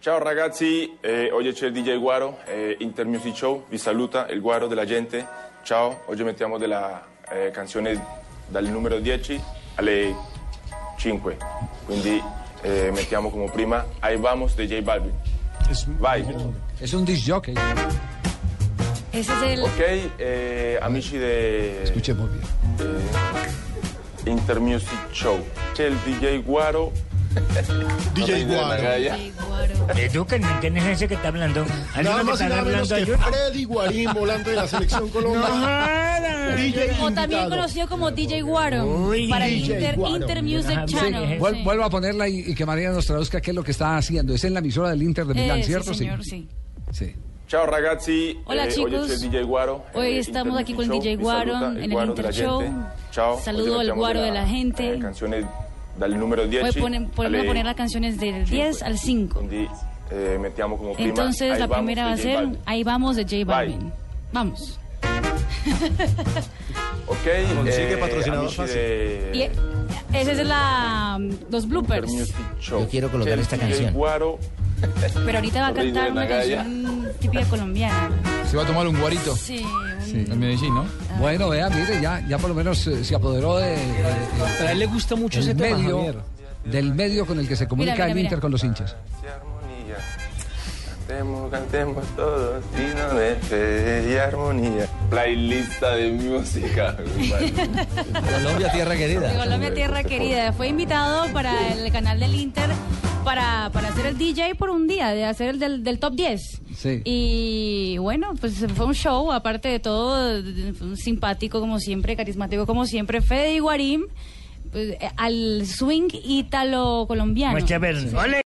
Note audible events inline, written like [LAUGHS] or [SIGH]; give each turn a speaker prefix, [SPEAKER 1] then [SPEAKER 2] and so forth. [SPEAKER 1] Ciao ragazzi, eh, oggi c'è il DJ Guaro, eh, Inter Music Show, vi saluta il Guaro della gente. Ciao, oggi mettiamo della eh, canzone dal numero 10 alle 5, quindi eh, mettiamo come prima Ahí vamos de J Balvin. Vai.
[SPEAKER 2] Es un disc jockey.
[SPEAKER 3] Ese es el.
[SPEAKER 1] Ok, eh, amici de...
[SPEAKER 2] Escuchemos bien.
[SPEAKER 1] eh, Inter Music Show. C'è il DJ Guaro.
[SPEAKER 4] DJ Guaro.
[SPEAKER 3] Ey, Guaro.
[SPEAKER 5] Edúquenme, ¿quién es ese que está hablando?
[SPEAKER 4] Nada
[SPEAKER 5] ¿Alguno que
[SPEAKER 4] más y
[SPEAKER 5] está
[SPEAKER 4] nada menos que
[SPEAKER 5] hablando ayuno?
[SPEAKER 4] Freddy Guarín, volante de la selección Colombia. [LAUGHS] DJ
[SPEAKER 3] O también
[SPEAKER 4] invitado.
[SPEAKER 3] conocido como DJ Guaro.
[SPEAKER 5] Uy,
[SPEAKER 3] para
[SPEAKER 4] DJ
[SPEAKER 3] Inter,
[SPEAKER 4] Guaro.
[SPEAKER 3] Inter Music
[SPEAKER 5] Ajá,
[SPEAKER 3] Channel. Eh,
[SPEAKER 5] sí.
[SPEAKER 2] Vuel- Vuelvo a ponerla y, y que María nos traduzca qué es lo que está haciendo. Es en la emisora del Inter de
[SPEAKER 3] Eh,
[SPEAKER 2] Milán,
[SPEAKER 3] sí,
[SPEAKER 2] ¿cierto?
[SPEAKER 3] señor, sí.
[SPEAKER 2] Sí.
[SPEAKER 1] Ciao ragazzi, Eh,
[SPEAKER 3] Hola,
[SPEAKER 1] Hoy
[SPEAKER 3] chicos.
[SPEAKER 1] es el DJ Guaro.
[SPEAKER 3] Hoy
[SPEAKER 1] eh,
[SPEAKER 3] estamos
[SPEAKER 1] Inter
[SPEAKER 3] aquí
[SPEAKER 1] Music
[SPEAKER 3] con
[SPEAKER 1] Show.
[SPEAKER 3] DJ
[SPEAKER 1] Vi
[SPEAKER 3] Guaro
[SPEAKER 1] saluta
[SPEAKER 3] en el
[SPEAKER 1] Guaro de la
[SPEAKER 3] Inter Show.
[SPEAKER 1] gente. Ciao.
[SPEAKER 3] Saludo
[SPEAKER 1] Hoy
[SPEAKER 3] al
[SPEAKER 1] mettiamo
[SPEAKER 3] Guaro de la gente.
[SPEAKER 1] eh, canciones del número 10.
[SPEAKER 3] Voy Pues a poner, podemos
[SPEAKER 1] alle
[SPEAKER 3] poner las canciones del 10 al 5.
[SPEAKER 1] Quindi, eh, mettiamo como prima
[SPEAKER 3] Entonces
[SPEAKER 1] Ahí
[SPEAKER 3] la
[SPEAKER 1] vamos
[SPEAKER 3] primera
[SPEAKER 1] de
[SPEAKER 3] va a
[SPEAKER 1] J
[SPEAKER 3] ser
[SPEAKER 1] Balvin.
[SPEAKER 3] Ahí vamos de J Balvin.
[SPEAKER 1] Bye.
[SPEAKER 3] Vamos.
[SPEAKER 1] Ok.
[SPEAKER 4] Consigue
[SPEAKER 1] eh,
[SPEAKER 4] patrocinador
[SPEAKER 1] amici
[SPEAKER 4] fácil.
[SPEAKER 1] de-
[SPEAKER 3] Y esa es la los
[SPEAKER 1] Inter
[SPEAKER 3] bloopers.
[SPEAKER 1] Music Show.
[SPEAKER 6] Yo quiero colocar
[SPEAKER 1] C'è il
[SPEAKER 6] esta
[SPEAKER 1] DJ
[SPEAKER 6] canción.
[SPEAKER 1] Guaro.
[SPEAKER 3] Pero ahorita va a
[SPEAKER 1] Corrido
[SPEAKER 3] cantar
[SPEAKER 1] de
[SPEAKER 3] una
[SPEAKER 1] Nagaya.
[SPEAKER 3] canción típica colombiana.
[SPEAKER 7] Se va a tomar un guarito
[SPEAKER 3] Sí.
[SPEAKER 7] en Medellín, ¿no?
[SPEAKER 3] Ah.
[SPEAKER 2] Bueno, vea, mire, ya, ya por lo menos eh, se apoderó de, de-
[SPEAKER 5] Pero a él le gusta mucho
[SPEAKER 2] del
[SPEAKER 5] ese tema,
[SPEAKER 2] medio,
[SPEAKER 5] Javier.
[SPEAKER 2] del medio con el que se comunica
[SPEAKER 3] Mira, mira,
[SPEAKER 2] el
[SPEAKER 3] mira.
[SPEAKER 2] Inter con los hinchas.
[SPEAKER 1] Gracias, armonía. Cantemos, cantemos todos, sino de fe y armonía. Playlista de música.
[SPEAKER 6] Colombia, tierra
[SPEAKER 3] De
[SPEAKER 6] querida.
[SPEAKER 3] Colombia Tierra Querida. Fue invitado para el canal del Inter para, para hacer el DJ por un día, de hacer el del, del top 10.
[SPEAKER 2] Sí.
[SPEAKER 3] Y bueno, pues fue un show, aparte de todo, fue un simpático como siempre, carismático como siempre, Fede Guarín, pues, eh, al swing ítalo colombiano.
[SPEAKER 5] Muchas veces. ¡Ole!